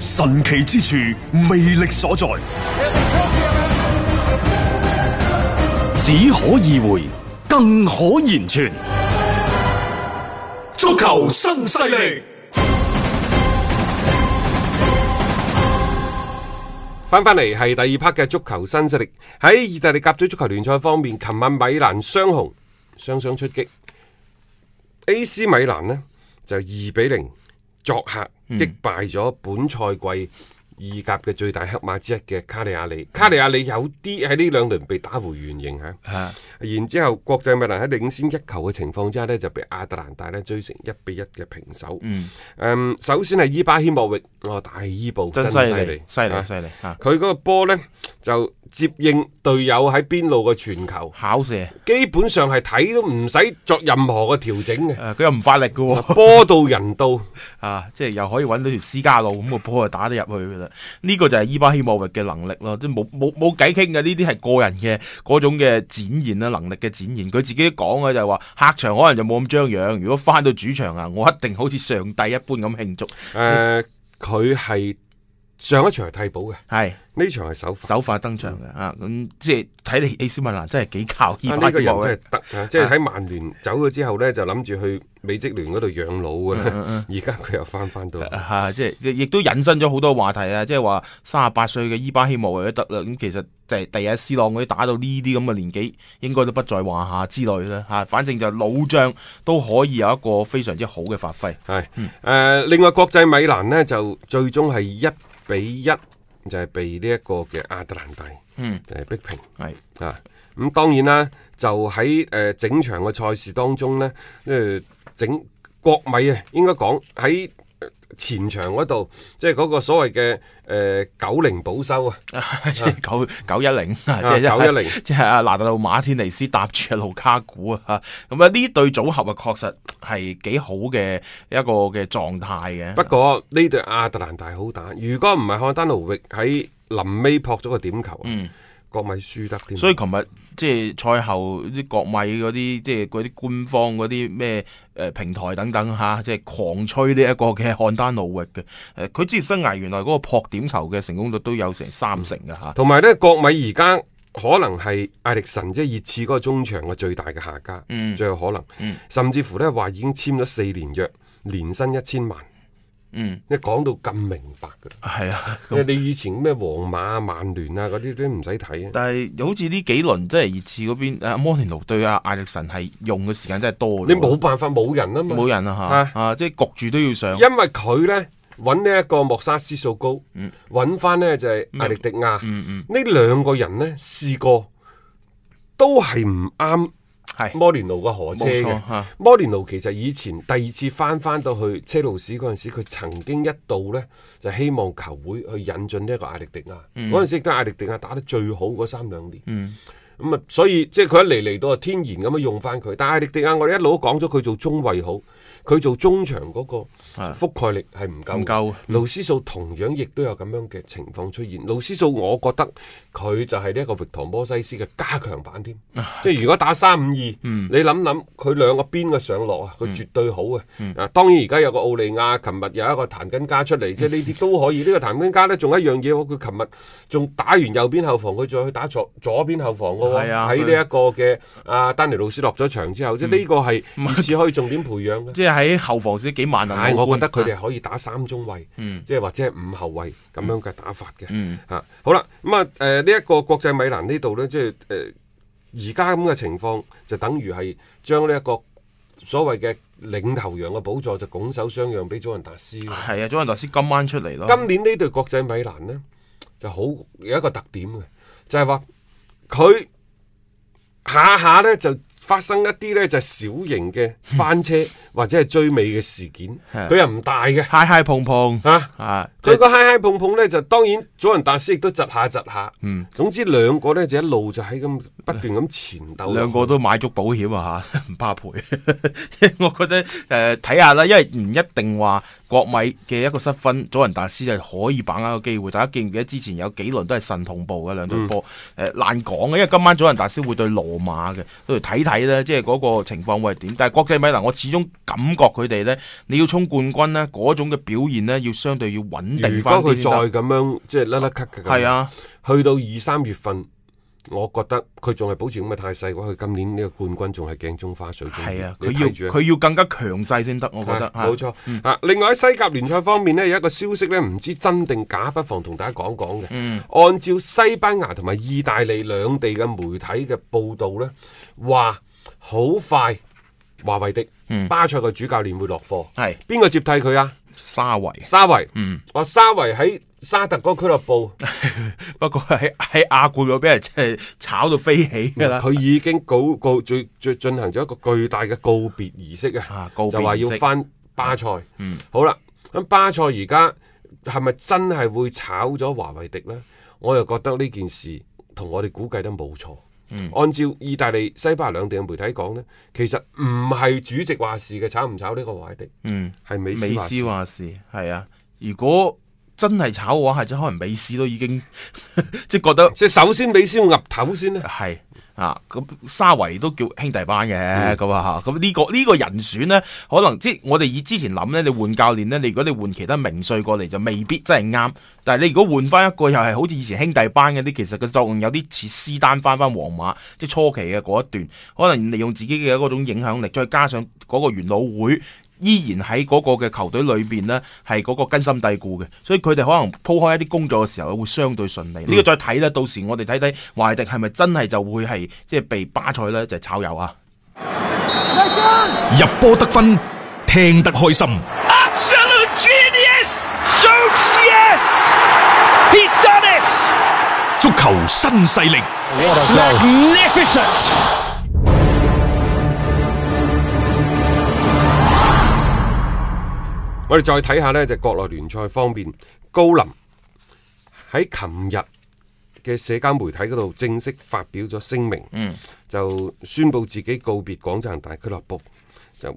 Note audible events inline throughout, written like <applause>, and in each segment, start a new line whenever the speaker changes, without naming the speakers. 神奇之處，魅力所在，
只可意會，更可言傳。
足球新勢力，
翻翻嚟係第二 part 嘅足球新勢力。喺意大利甲組足球聯賽方面，琴晚米蘭雙雄雙雙出擊，AC 米蘭呢就二比零作客擊敗咗本賽季意甲嘅最大黑馬之一嘅卡利亞里。卡利亞里有啲喺呢兩輪被打回原形嚇，然之後國際米蘭喺領先一球嘅情況之下呢，就被亞特蘭大呢追成一比一嘅平手。嗯，首先係伊巴希莫域，哦，大伊布
真犀
犀
利
利，，
犀利
啊
犀利吓，
佢嗰個波呢，就接應隊友喺邊路嘅傳球，
考射诶，
基本上係睇都唔使作任何嘅調整嘅，
呃誒佢又唔發力嘅喎， <laughs>
波到人到。
啊，即係又可以揾到條私家路咁個波就打得入去噶啦。呢個就係伊巴希莫域嘅能力咯，即係冇冇冇偈傾嘅，呢啲係個人嘅嗰種嘅展現啦，能力嘅展現。佢自己講嘅就係話，客場可能就冇咁張揚，如果翻到主場啊，我一定好似上帝一般咁慶祝，
誒、佢係上一場係替補嘅，
係。
呢場係首發。
手法登場嘅啊，咁即係睇嚟哎 AC 米蘭真係幾靠伊
啊！
巴
呢個
希
人
莫
真
域
係得啊！即係喺曼聯走咗之後呢，就諗住去美職聯嗰度養老
嗯
嘅。而家佢又翻
<laughs>
翻到，
啊，即係亦亦都引申咗好多話題啊！即係話三十八歲嘅伊巴希莫域都得啦，咁其實就係第日斯朗嗰啲打到呢啲咁嘅年紀，應該都不在話下之類啦嚇、啊反正就老將都可以有一個非常之好嘅發揮。
係誒、另外國際米蘭呢，就最終係一比一，就係被呢一個嘅亞特蘭大
嗯，
誒逼平。
係
啊，咁當然啦，就喺誒、呃整場嘅賽事當中呢，誒、整國米啊，應該講喺呃前場嗰度，即係嗰個所謂嘅誒九零保修啊，
<laughs> 九九一零，即
啊
係 <laughs>
910
即係阿拿到馬天尼斯搭住阿盧卡古啊！嚇咁啊，呢對組合啊，確實係幾好嘅一個嘅狀態嘅。
不過呢隊亞特蘭大好打，如果唔係漢丹奴域喺臨尾撲咗個點球，
嗯，
國米輸得添。
所以琴日即係賽後啲國米嗰啲即係嗰啲官方嗰啲咩誒平台等等嚇、即係狂吹呢一個嘅漢丹奴域嘅誒，佢職業生涯原來嗰個撲點球嘅成功率都有成三成嘅嚇。
同埋呢，國米而家可能係艾力神即係熱刺嗰個中場嘅最大嘅下家，
嗯
最有可能，
嗯
甚至乎呢話已經簽咗四年約，年薪一千萬。
嗯，
你講到咁明白嘅，
係啊。
因為你以前咩皇馬啊、曼聯啊嗰啲都唔使睇啊。
但係好似呢幾輪即係熱刺嗰邊，阿摩連奴對阿艾力神係用嘅時間真係多咗。
你冇辦法冇人啊嘛，
冇人啊嚇啊，即係焗住都要上。
因為佢呢揾呢一個莫沙斯素高，揾翻呢就係艾力迪亞，
嗯嗯，
呢兩個人呢試過都係唔啱
係
摩連奴嘅河車
冇
嘅
錯。嚇。
摩連奴其實以前第二次翻翻到去車路士嗰陣時，佢曾經一度呢就希望球會去引進呢一個艾力迪亞，嗰陣、時亦都係艾力迪亞打得最好嗰三兩年。
嗯
咁啊，所以即係佢一嚟嚟到啊，天然咁樣用翻佢。但係艾力迪亞，我哋一路都講咗佢做中衞好，佢做中場嗰個
係
覆蓋力係唔夠嘅。
啊唔夠嗯
勞斯數同樣亦都有咁樣嘅情況出現。勞斯數，我覺得佢就係呢一個域唐摩西斯嘅加強版添。
啊
即係如果打三五二，你
嗯
諗諗佢兩個邊嘅上落啊，佢絕對好嘅。
嗯
啊，當然而家有個奧利亞，琴日有一個彈根加出
嗯
嚟，即係呢啲都可以。呢個彈根加呢，仲有一樣嘢喎，佢琴日仲打完右邊後防，佢再去打左左邊後防嘅喎。
係啊
喺呢
佢嗯
一個嘅阿丹尼老師落咗場之後，即係呢個係熱刺可以重點培養
<laughs>
嘅。
即係喺後防先幾萬能
唉，
嘅
我覺得
官
佢哋可以打三中衞，
嗯
即係或者係五後衞咁樣嘅打法嘅。
嗯
啊，好啦，咁啊，誒呢一個國際米蘭呢度呢，即係誒而家咁嘅情況，就等於係將呢一個所謂嘅領頭羊嘅寶座就拱手相讓俾祖雲達斯嘅。
係啊，祖雲達斯今晚出嚟咯。
今年呢隊國際米蘭呢，就好有一個特點嘅，就係話佢下下呢就發生一啲呢就係小
<laughs>
型嘅翻車或者係追尾嘅事件，
係
佢又唔大嘅
嗨嗨碰碰
嚇。啊
啊，即
佢
係
個嗨嗨碰碰呢，就當然祖雲達斯亦都窒下窒下。嗯，總之兩個呢，就一路就喺咁不斷咁前鬥。
兩個都買足保險啊嚇， <laughs> 唔怕賠。我覺得誒睇下啦，因為唔一定話國米嘅一個失分，祖雲達斯係可以把握個機會。大家記唔記得之前有幾輪都係神同步嘅兩隊波？誒、
嗯
難講嘅，因為今晚祖雲達斯會對羅馬嘅，都嚟睇睇啦，即係嗰個情況會係點。但係國際米蘭，我始終感覺佢哋呢，你要衝冠軍呢，嗰種嘅表現呢，要相對要穩定
如
翻
果
啲
佢嗯再
先得。
咁樣即係甩甩咳咳咁，
係啊，
去到二三月份，我覺得佢仲係保持咁嘅態勢嘅話，佢今年呢個冠軍仲係鏡中花水中月。
係啊，
你
佢
睇
要
住啊
佢要更加強勢先得，我覺得嗯
啊冇錯啊！另外喺西甲聯賽方面呢，有一個消息呢，唔知真定假，不妨同大家講講嘅。
嗯
按照西班牙同埋意大利兩地嘅媒體嘅報導呢，話好快華為迪、巴塞嘅主教練會落課，
嗯係嗯
邊個接替佢啊？
沙維。
沙維，話沙維喺沙特嗰個俱樂部，
<laughs> 不過喺喺亞冠嗰邊係真係炒到飛起㗎啦。
嗯佢已經告告最最進行咗一個巨大嘅告別儀式
啊告別
就話要
儀式嗯
翻巴塞。好啦，咁巴塞而家係咪真係會炒咗華為迪呢？我又覺得呢件事同我哋估計都冇錯。
嗯
按照意大利、西班牙兩地嘅媒體講呢，其實唔係主席話事嘅，炒唔炒呢個華為迪？
嗯，
係美斯
美
話事
斯話事係啊，如果真係炒嘅話，係真可能美斯都已經 <laughs> 即係覺得
即係首先美斯要岌頭先呢。
係啊，咁沙維都叫兄弟班嘅咁啊嚇，咁呢、個呢、個人選呢，可能即係我哋以之前諗呢，你換教練呢，你如果你換其他名帥過嚟就未必真係啱，但係你如果換翻一個又係好似以前兄弟班嗰啲，其實個作用有啲似斯丹翻翻皇馬，即係初期嘅嗰一段，可能利用自己嘅嗰種影響力，再加上嗰個元老會。依然喺嗰個嘅球隊裏邊呢，係嗰個根深蒂固嘅，所以佢哋可能鋪開一啲工作嘅時候會相對順
嗯
利。呢、個再睇啦，到時我哋睇睇懷迪係咪真係就會係即係被巴塞呢，就係炒魷啊！
入波得分，聽得開心。
Absolute genius! Shoots yes! He's done it!
足球新勢力，
It's magnificent!
我哋再睇下呢，就國內聯賽方面，高林喺琴日嘅社交媒體嗰度正式發表咗聲明，就宣布自己告別廣州恒大俱樂部，就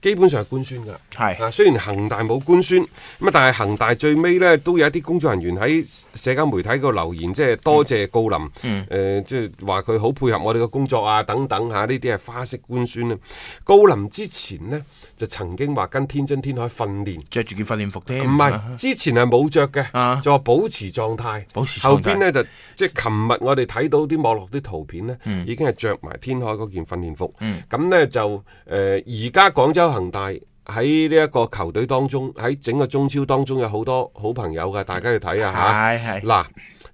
基本上係官宣噶啦。
係
啊，雖然恒大冇官宣，咁啊，但係恒大最尾呢，都有一啲工作人員喺社交媒體嗰度留言，即係多謝高林，誒、即係話佢好配合我哋嘅工作啊，等等嚇，呢啲係花式官宣啊。高林之前呢，就曾經話跟天津天海訓練。
着住件訓練服添，
唔係，之前係冇着
啊
嘅，就話保持狀態。
保持狀態
後邊呢，就即係琴日我哋睇到啲網絡啲圖片呢，
嗯
已經係着埋天海嗰件訓練服。咁呢，就誒而家廣州恒大喺呢一個球隊當中，喺整個中超當中有好多好朋友嘅，大家要睇啊
係
嚇。
係
嗱，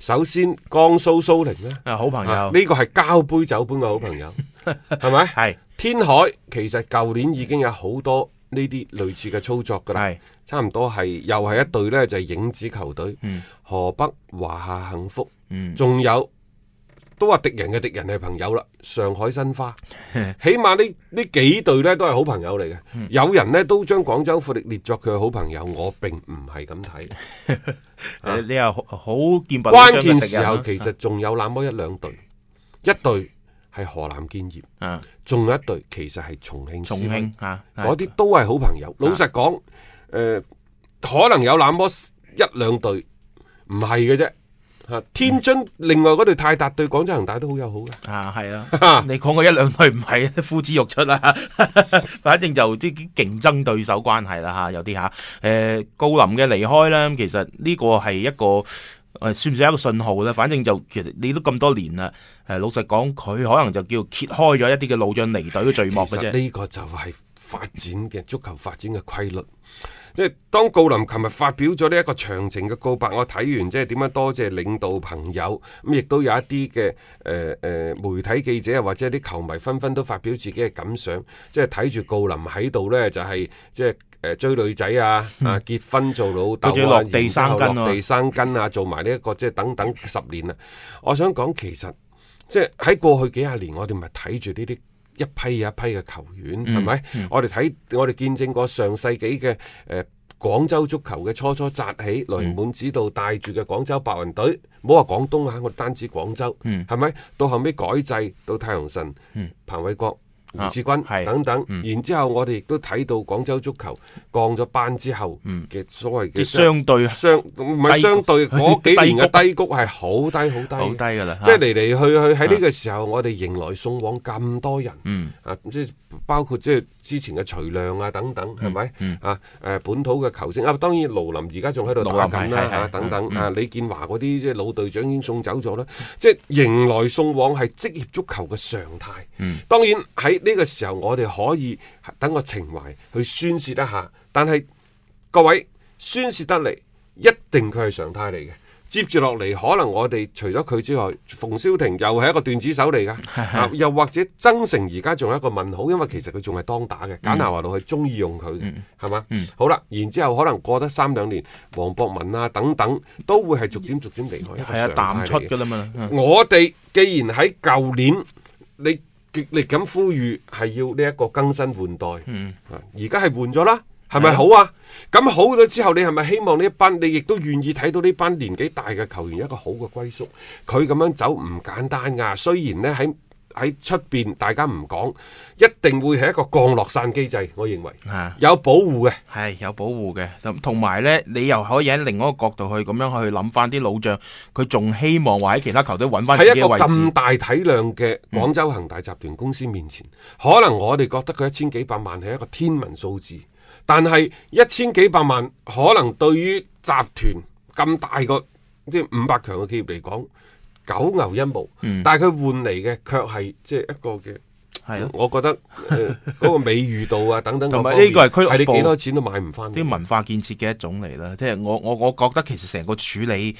首先江蘇蘇寧呢，
啊好朋
啊
友
呢個係交杯酒般嘅好
<laughs>
朋友，係咪？
係
天海其實舊年已經有好多呢啲類似嘅操作㗎啦
係，
差唔多係又係一隊呢，就係、影子球隊，
嗯
河北華夏幸福，仲、有都話敵人嘅敵人係朋友啦，上海申花，
<laughs>
起碼呢呢幾隊呢都係好朋友嚟嘅，
嗯
有人呢都將廣州富力列作佢嘅好朋友，我並唔係咁睇，
誒啊你又好好見拔
啊關鍵時候
其
其實仲有那麼一兩隊，一隊係河南建業，
啊
仲有一隊其實係重慶
重
斯威
慶啊
嗰啲都係啊好朋友。老實講，誒、可能有那麼一兩隊唔係嘅啫。嚇，天津、另外嗰隊泰達對廣州恒大都好友好嘅。
啊，系
<laughs>
啊，你講過一兩對唔係， <laughs> 呼之欲出啦。反正就即係競爭對手關係啦吓，有啲吓。诶、高林嘅離開咧，其實呢個係一個诶、呃算唔算一個信號咧？反正就其實你都咁多年啦，诶、老實講，佢可能就叫揭開咗一啲嘅老將離隊嘅序幕
其
嘅
實
啫。
呢個就係發展嘅足球發展嘅規律。即係當郜林琴日發表咗呢一個長情嘅告白，我睇完即係點樣多謝領導朋友，咁亦都有一啲嘅誒誒媒體記者啊，或者啲球迷紛紛都發表自己嘅感想，即係睇住郜林喺度呢，就係、即係。誒追女仔啊！啊結婚做老豆
佢仲要
啊，
落地
然之後
生根
落
啊
地生根啊，做埋呢一個即係等等十年啊！我想講其實即係喺過去幾廿年，我哋咪睇住呢啲一批又一批嘅球員，
嗯
係咪、我哋睇我哋見證過上世紀嘅誒。呃廣州足球嘅初初扎起，雷滿指導帶住嘅廣州白雲隊，唔好話廣東啊，我哋單指廣州，
嗯
係咪、到後尾改制到太陽神、彭偉國、胡志軍、
啊係嗯
等等，然之後我哋亦都睇到廣州足球降咗班之後嘅所謂
啲
嘅
嗯相對
相唔
低
係
谷
相對嗰幾
<laughs>
年
低
嘅低谷係好低好低嘅，
好低㗎啦
即係嚟嚟
啊
去去喺呢個時候，我哋迎來送往咁多人，
嗯
啊，即係包括即係之前嘅徐亮啊等等，
嗯
係咪啊？誒本土嘅球星啊，當然盧林而家仲喺度
盧
打
林
緊
係係嗯
啦，啊
係
等等啊，李健華嗰啲即係老隊長已經送走咗啦，即係迎來送往係職業足球嘅常
嗯
態。當然喺呢個時候，我哋可以等個情懷去宣泄一下，但係。各位宣泄得嚟，一定佢係常態嚟嘅。接住落嚟，可能我哋除咗佢之外，馮蕭霆又係一個段子手
<laughs>
嚟噶、啊又或者曾誠而家仲係一個問號，因為其實佢仲係當打
嗯
嘅，簡拿華路係中意用佢嘅，係嘛、好啦，然之後可能過得三兩年，黃博文啊等等，都會係逐漸逐漸離開一個
係啊
常態
淡出
嚟嘅
㗎啦嘛。嗯
我哋既然喺舊年，你極力咁呼籲係要呢一個更新換代，啊而家係換咗啦，係咪好啊？咁好咗之後，你係咪希望呢一班你亦都願意睇到呢班年紀大嘅球員一個好嘅歸宿？佢咁樣走唔簡單㗎，雖然呢喺喺出邊大家唔講，一定會係一個降落傘機制，我認為
啊
有保護嘅。
系有保護嘅，咁同埋呢，你又可以喺另外一個角度去咁樣去諗翻啲老將，佢仲希望話喺其他球隊揾翻自
喺
己
一
嘅
個
位置嗯
咁。大體量嘅廣州恒大集團公司面前，可能我哋覺得佢一千幾百萬係一個天文數字，但係一千幾百萬可能對於集團咁大個即係五百強嘅企業嚟講，九牛一毛。
嗯
但係佢換嚟嘅卻係即係一個嘅。
係咯
我覺得誒嗰、個美譽度啊等等各
同埋
方面，
呢個係俱樂
係你
部
幾多錢都買唔翻。
啲文化建設嘅一種嚟啦。即係我我我覺得其實成個處理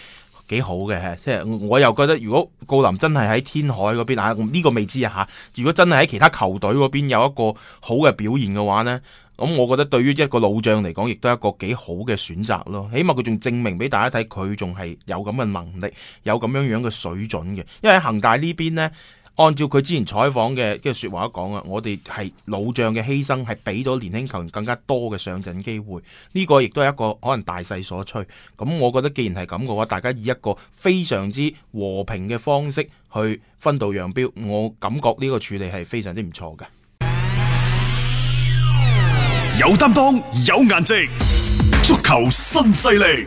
幾好嘅，即係我我又覺得如果郜林真係喺天海嗰邊啊，咁呢個未知啊嚇。如果真係喺其他球隊嗰邊有一個好嘅表現嘅話呢。咁我覺得對於一個老將嚟講，亦都係一個幾好嘅選擇咯。起碼佢仲證明俾大家睇，佢仲係有咁嘅能力，有咁樣樣嘅水準嘅。因為喺恒大呢邊呢，按照佢之前採訪嘅嘅説話講啊，我哋係老將嘅犧牲係俾咗年輕球員更加多嘅上陣機會，呢、個亦都係一個可能大勢所趨。咁我覺得既然係咁嘅話，大家以一個非常之和平嘅方式去分道揚镳，我感覺呢個處理係非常之唔錯嘅。
有擔當，有顏值，足球新勢力。